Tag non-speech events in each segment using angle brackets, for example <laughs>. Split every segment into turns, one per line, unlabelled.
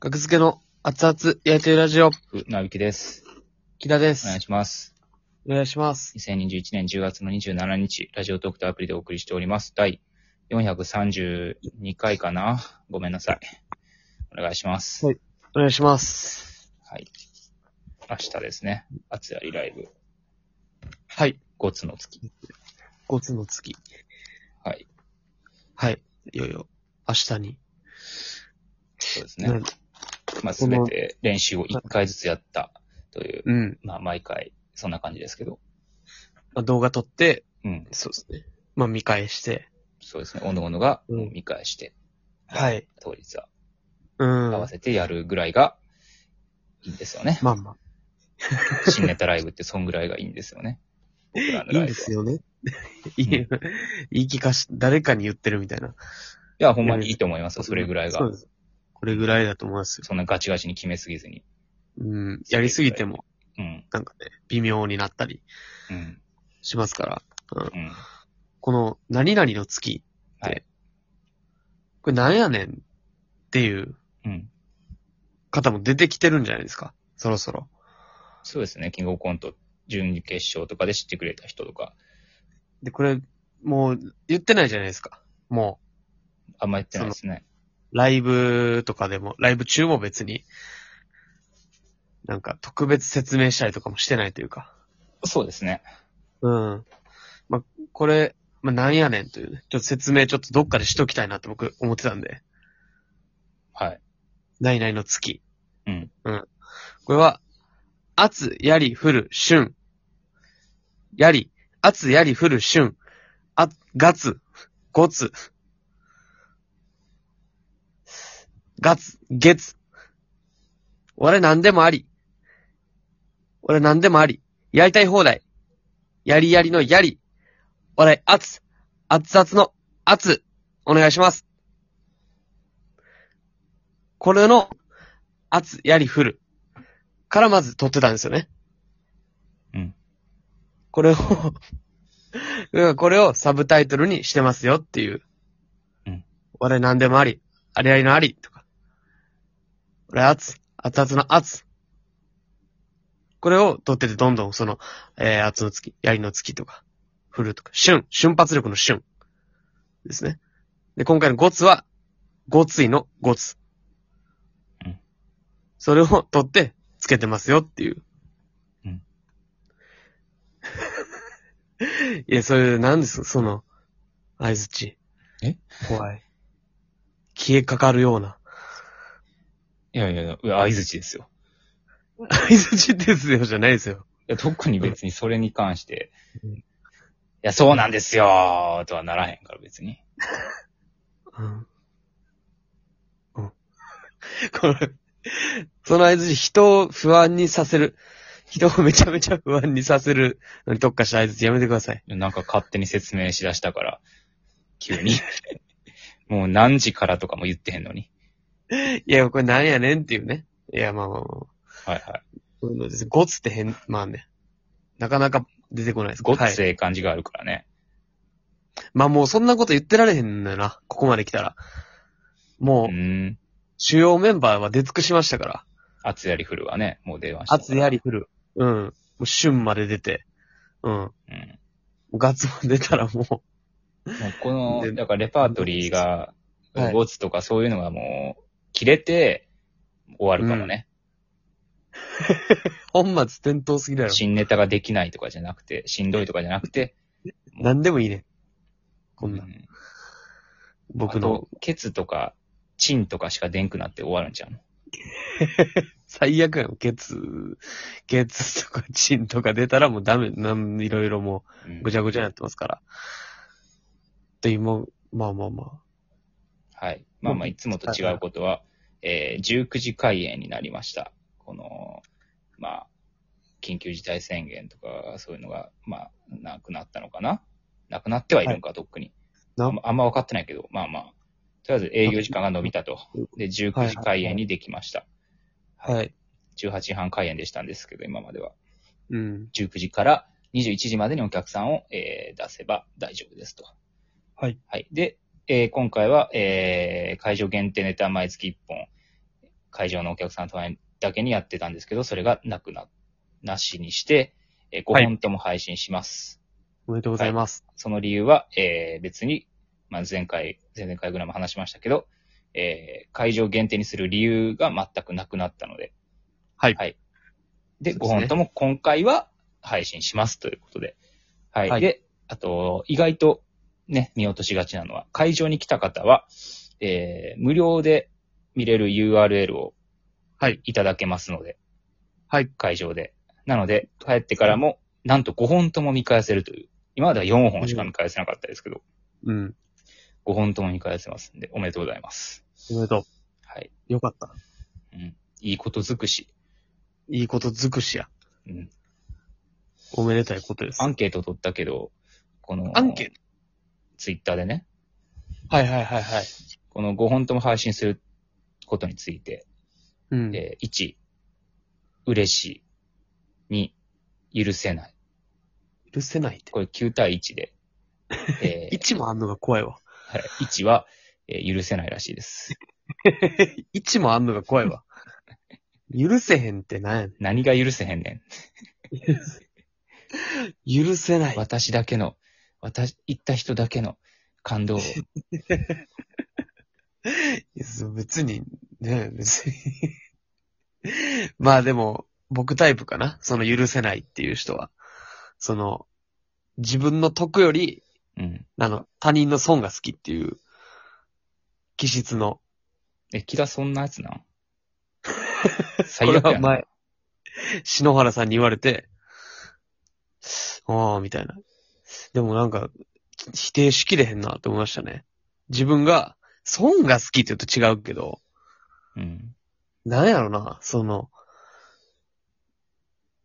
学付けの熱々焼いてるラジオ、
ふなびきです。
木田で
お願い
す。
します。
お願いします。
2021年10月の27日、ラジオトークとアプリでお送りしております。第432回かなごめんなさい。お願いします。
はいお願いします。
はい。明日ですね。熱やりライブ。
はい。
ゴツの月。
5つの月。
はい。
はい。いよいよ、明日に。
そうですね。まあ、すべて練習を1回ずつやったという、
うん。
まあ、毎回、そんな感じですけど。
まあ、動画撮って、
うん。
そうですね。まあ、見返して。
そうですね。おのおのが
うん
見返して、
はい。
当日は
うん。
合わ
ま
せてやるぐらいが、いいんですよね。
あまあ、
新ネタライブってそんぐらいがいいんです
<laughs>
よね。僕らの
いい
ライ
ん
ブ
で
は。
すよね。いい、 <laughs> 言い聞かし、誰かに言ってるみたいな。
いや、ほんまにいいと思いますよ、それぐらい
そう
が
で。す。これぐらいだと思いますよ。
そんなガチガチに決めすぎずに。
うん。やりすぎても、
うん。
なんかね、微妙になったり
うん。
しますから。
うん。
この、何々の月って、
はい
これなんやねんっていう
うん。
方も出てきてるんじゃないですか。そろそろ。
そうですね、キングオブコント、準決勝とかで知ってくれた人とか、
で、これ、もう、言ってないじゃないですか。も
あんま言ってないですね。
う、ライブとかでも、ライブ中も別に、なんか、特別説明したりとかもしてないというか。
そうですね。
うん。まあ、これ、まあ、なんやねんというね。ちょっと説明ちょっとどっかでしときたいなって僕思ってたんで。
はい。
何々の月。
うん。
これは、暑やり降る春。やり、暑やり降る春。あ、ガツ、ゴツ。ガツ、ゲツ。俺何でもあり。俺何でもあり。やりたい放題。やりやりのやり。俺、熱、熱々の熱、お願いします。これの、熱、やり、降る。からまず撮ってたんですよね。
うん。
これを、 <laughs> これをサブタイトルにしてますよっていう。
うん。
俺何でもあり。ありありのあり。とか。俺熱。熱々の熱。これを撮っててどんどんその、えー、熱の月、槍の月とか、降るとか、瞬、瞬発力の瞬。ですね。で、今回のゴツは、ゴツイのゴツ。
うん。
それを取って、つけてますよっていう。
うん。
<laughs> いや、それ、なんですその、相づち。
え
怖い。消えかかるような。
いやいやいや、相づちですよ。
相づちですよ、じゃないですよ。
いや特に別にそれに関して、
うん
いや、そうなんですよーとはならへんから別に。
うん。うん。これ、その相づち、人を不安にさせる。人をめちゃめちゃ不安にさせるのに特化した相づちやめてください。
なんか勝手に説明しだしたから、急
<laughs>
に。もう何時からとかも言ってへんのに。
いや、これなんやねんっていうね。いや、まあまあまあまあ。
はいはい。
そういうのです。ゴツって変、まあね。なかなか出てこないです。
ごっつ
はい。
ええ感じがあるからね。
まあもうそんなこと言ってられへんのよな。ここまで来たら。も
う
う、
ん。
主要メンバーは出尽くしましたから。
熱やりフルはね、もう出ました。
熱やり降る。うん。もう旬まで出て。うん。も
うん。
うガツも出たらも
もうこの
で、
だからレパートリーが、
はい
ごつとかそういうのがもう、切れて、終わるかもね。
う、本末転倒すぎだろ。
新ネタができないとかじゃなくて、しんどいとかじゃなくて、
なんでもいいね。こ
うん
なん。
ん
僕
あ
の
とケツとか、チンとかしか出んくなって終わるんちゃうの
最悪やん。ケツ、ケツとかチンとか出たらもうダメ。なん、いろいろもう。
うん
ぐちゃぐちゃになってますから。で、今、まあまあまあ。
はい。まあまあ、いつもと違うことは、えー、19時開演になりました。この、まあ、緊急事態宣言とか、そういうのが、まあ、なくなったのかななくなってはいるんか、とっくに。
な
あんまあんま分かってないけど、まあまあ、とりあえず営業時間が伸びたと。で、19時開演にできました。
はい。
18時半開演でしたんですけど、今までは。
うん。
19時から21時までにお客さんを、えー出せば大丈夫ですと。
はい。
はい。で、えー今回は、えー会場限定ネタ毎月1本、会場のお客さんとだけにやってたんですけど、それがなくな、なしにして、えー
は
5
い
本とも配信します。
おめでとうございます。
その理由は、えー別に、まあ、前回、前々回ぐらいも話しましたけど、えー会場限定にする理由が全くなくなったので、
はい
はい。で、
そう
5
ですね
本とも今回は配信しますということで。はい。
はい
で、あと、意外とね、見落としがちなのは、会場に来た方は、えー無料で見れる URL を
はい
いただけますので、
はい
会場で。なので、帰ってからも、なんと5本とも見返せるという、今までは4本しか見返せなかったですけど、
うん。
5本とも見返せますんで、おめでとうございます。
おめでとう。
はい。
よかった。
うん。いいこと尽くし。
いいこと尽くしや。
うん。
おめでたいことです。
アンケート取ったけど、この、
アンケー
トツイッターでね、
トはいはいはいはい。
この5本とも配信することについて、
うん。
えー1、嬉しい。2、許せない。
許せないって。
これ9対1で、えー
位置もあんのが <laughs> 怖いわ。
はい、1は、えー許せないらしいです。
位置もあんのが怖いわ。 <laughs> 許せへんってなんや
何が許せへんねん。
ねん。許せない。
私だけの、私、行った人だけの
<laughs>
感動を。
いやそう別に、ね、別に。まあでも、僕タイプかな。その許せないっていう人は。その、自分の得より、
うん。
あの、他人の損が好きっていう、気質の。
え、木田そんなやつなん
<laughs> こ
最
れ
悪
は
やな。
前、篠原さんに言われて、ああ、みたいな。でもなんか、否定しきれへんなって思いましたね。自分が、損が好きって言うと違うけど、
うん。
なんやろな、その、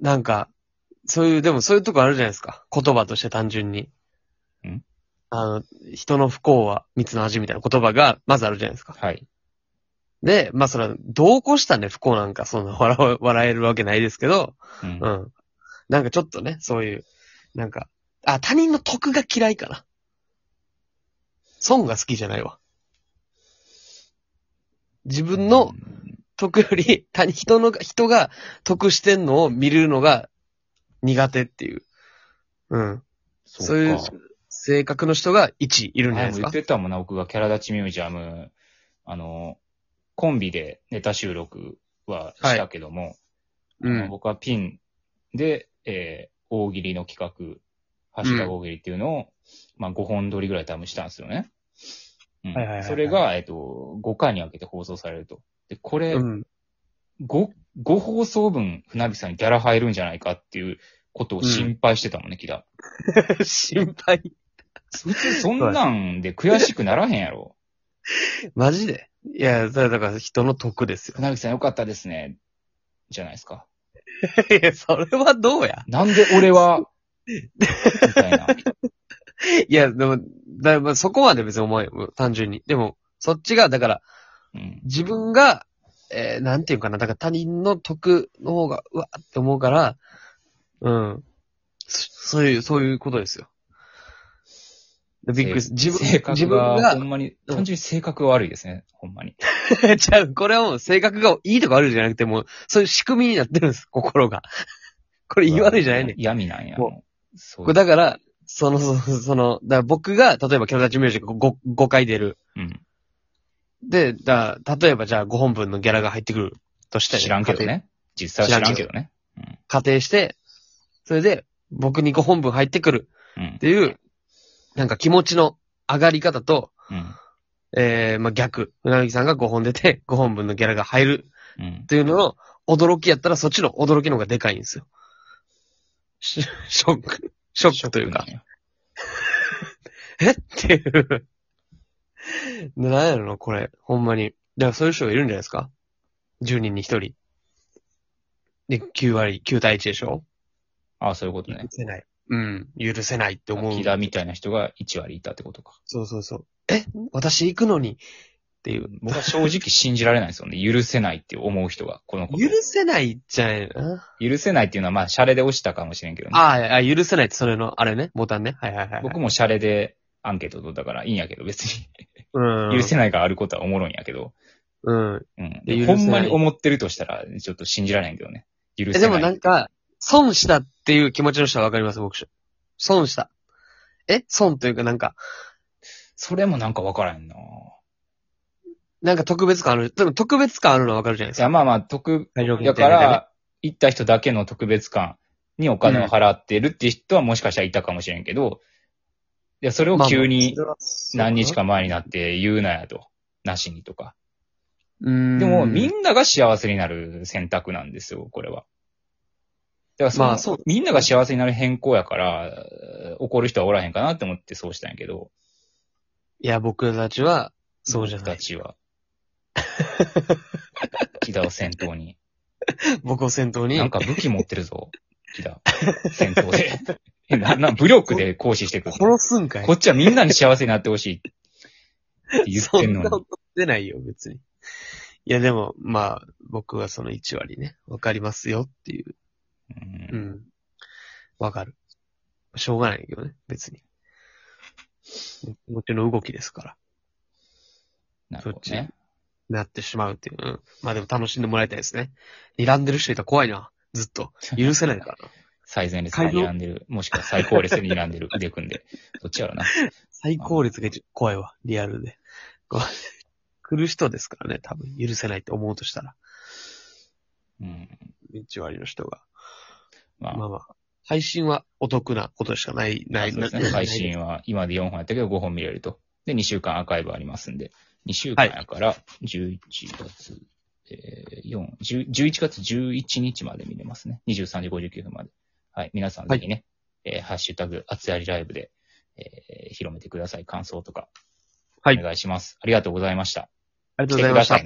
なんか、そういう、でもそういうとこあるじゃないですか。言葉として単純に。
ん
あの、人の不幸は蜜の味みたいな言葉が、まずあるじゃないですか。
はい。
で、まあそれは、どうこしたね、不幸なんか、そんな笑う笑えるわけないですけど、
うん
う。ん。なんかちょっとね、そういう、なんか、あ、他人の得が嫌いかな。損が好きじゃないわ。自分の
うん
得より、他人人の、人が得してんのを見るのが苦手っていう。うん。
そ
そう
う
い
か
う性格の人が1いるんじゃないで
前も
す
言っ
か。
てたもんな、僕がキャラ立ちミュージアム、あの、コンビでネタ収録はしたけども、
う
あの
ん。
僕はピンで、えー大喜利の企画、ハッシュタグ大喜利っていうのを、まあ5本撮りぐらい多分したんですよね。うん
はいはいはいはい
それが、えっと、5回に分けて放送されると。で、これ、
うん。 <laughs>
5、5放送分、船木さんにギャラ入るんじゃないかっていうことを心配してたもんね、木田。
心配。
普通そんなんで悔しくならへんやろ。
マジでいや、だだから人の得ですよ。
船木さんよかったですね。じゃないですか。
<laughs> いや、それはどうや
なんで俺は、
<laughs>
みたいな。
いや、でも、だまあそこまで別に思い、単純に。でも、そっちが、だから、
うん。
自分が、えーなんていうかな、だから他人の得の方が、うわーって思うから、うん。そそういう、そういうことですよ。でびっくりす自
性
分、
格
自分
が、ほ
が、
んまに、
うん
単純に性格が悪いですね、ほんまに。
じゃあ、これはもう性格がいいとか悪いじゃなくて、もう、そういう仕組みになってるんです、心が。 <laughs> こ <laughs> れ言い悪いじゃないねん。
闇なんや。
もう
もうそ
これだから、その、そ <laughs> の、その、だから僕が、例えば、キャラダチミュージック 5, 5回出る。
うん。
で、だ、例えばじゃあ5本分のギャラが入ってくるとして、
知らんけど。ね。実際は知らんけどね。
仮定して、それで僕に5本分入ってくる
うん。うん
っ。ていう、なんか気持ちの上がり方と、
うん。
えー、まあ、逆。船木さんが5本出て5本 <laughs> 分のギャラが入る
うん
っ。ていうのの驚きやったらそっちの驚きの方がでかいんですよ。シショック。ショックというか
ショック。なんや。
えっていう。なんやろな、これ。ほんまに。だからそういう人がいるんじゃないですか ?10 人に1人。で、9割、9対1でしょ
ああ、そういうことね。
せない。うん。許せないって思う
木。田みたいな人が1割いたってことか。
そうそうそう。え私行くのにっていう。
僕は正直信じられないですよね。許せないって思う人が、このこと
許。せないじゃないな。
許せないっていうのは、まあ、シャレで押したかもしれんけどね。
ああ、いや許せないってそれの、あれね、ボタンね。はいはいはいはい。
僕もシャレでアンケート取ったからいいんやけど、別に。
うん。
許せないがあることはおもろいんやけど、
うん。
うん。
で許せ
ほ
ない
んまに思ってるとしたら、ちょっと信じられへんけどね。許
え、
せ
で
な
も
い。
なんか、損したっていう気持ちの人はわかります、僕。損した。え損というかなんか、
それもなんかわからへんな。い
なんか特別感ある。でも特別感あるのはわかるじゃないですか。
や、まあまあ、特、
大丈夫
だから、行った人だけの特別感にお金を払ってるっていう人はもしかしたらいたかもしれんけど、いや、それを急に何日。か前になって言うなやと。なしにとか。
うん。
でも、みんなが幸せになる選択なんですよ、これは。だからその、
まあそう
みんなが幸せになる変更やから、えー怒る人はおらへんかなって思ってそうしたんやけど、
いや、僕たちは、そうじゃ
僕
な
た
い。
ちは。木田を先頭に。
僕を先頭に。
なんか武器持ってるぞ、木田。先頭
<laughs>
で。え、な、な、武力で行使してくる。
殺すんかい
こっちはみんなに幸せになってほしいって言っ
そ
てん
ん
の
な
に。
こと出ないよ、別に。いや、でも、まあ、僕はその1割ね、わかりますよっていう。
う
うんん。わかる。しょうがないけどね、別に。もちろん動きですから、
なるほどね。
なってしまうっていう。うん。まあでも楽しんでもらいたいですね。睨んでる人いたら怖いな。ずっ
<laughs>
と。許せないからな。
最前列に睨んでる。もしくは最高列に睨んでる。 <laughs> 腕組んで。どっちやろな。
最高率が一番怖いわ、リアルで。こう <laughs> 来る人ですからね、多分。許せないって思うとしたら。
うん。
1割の人が。
まあ
まあまあ。配信はお得なことしかない、ない、
そうですね。
な
配信は今で4本やったけど5本見れると。で、2週間アーカイブありますんで。2週間やから、11月、えー、4、10 11月11日まで見れますね。23時59分まで。はい。皆さんぜひね、えーハッシュタグ、あつやりライブで、えー広めてください。感想とか。
はい
お願いします。ありがとうございました。
ありが
来
とうご
て
ざい
く
ま
だ
した
さい。ね。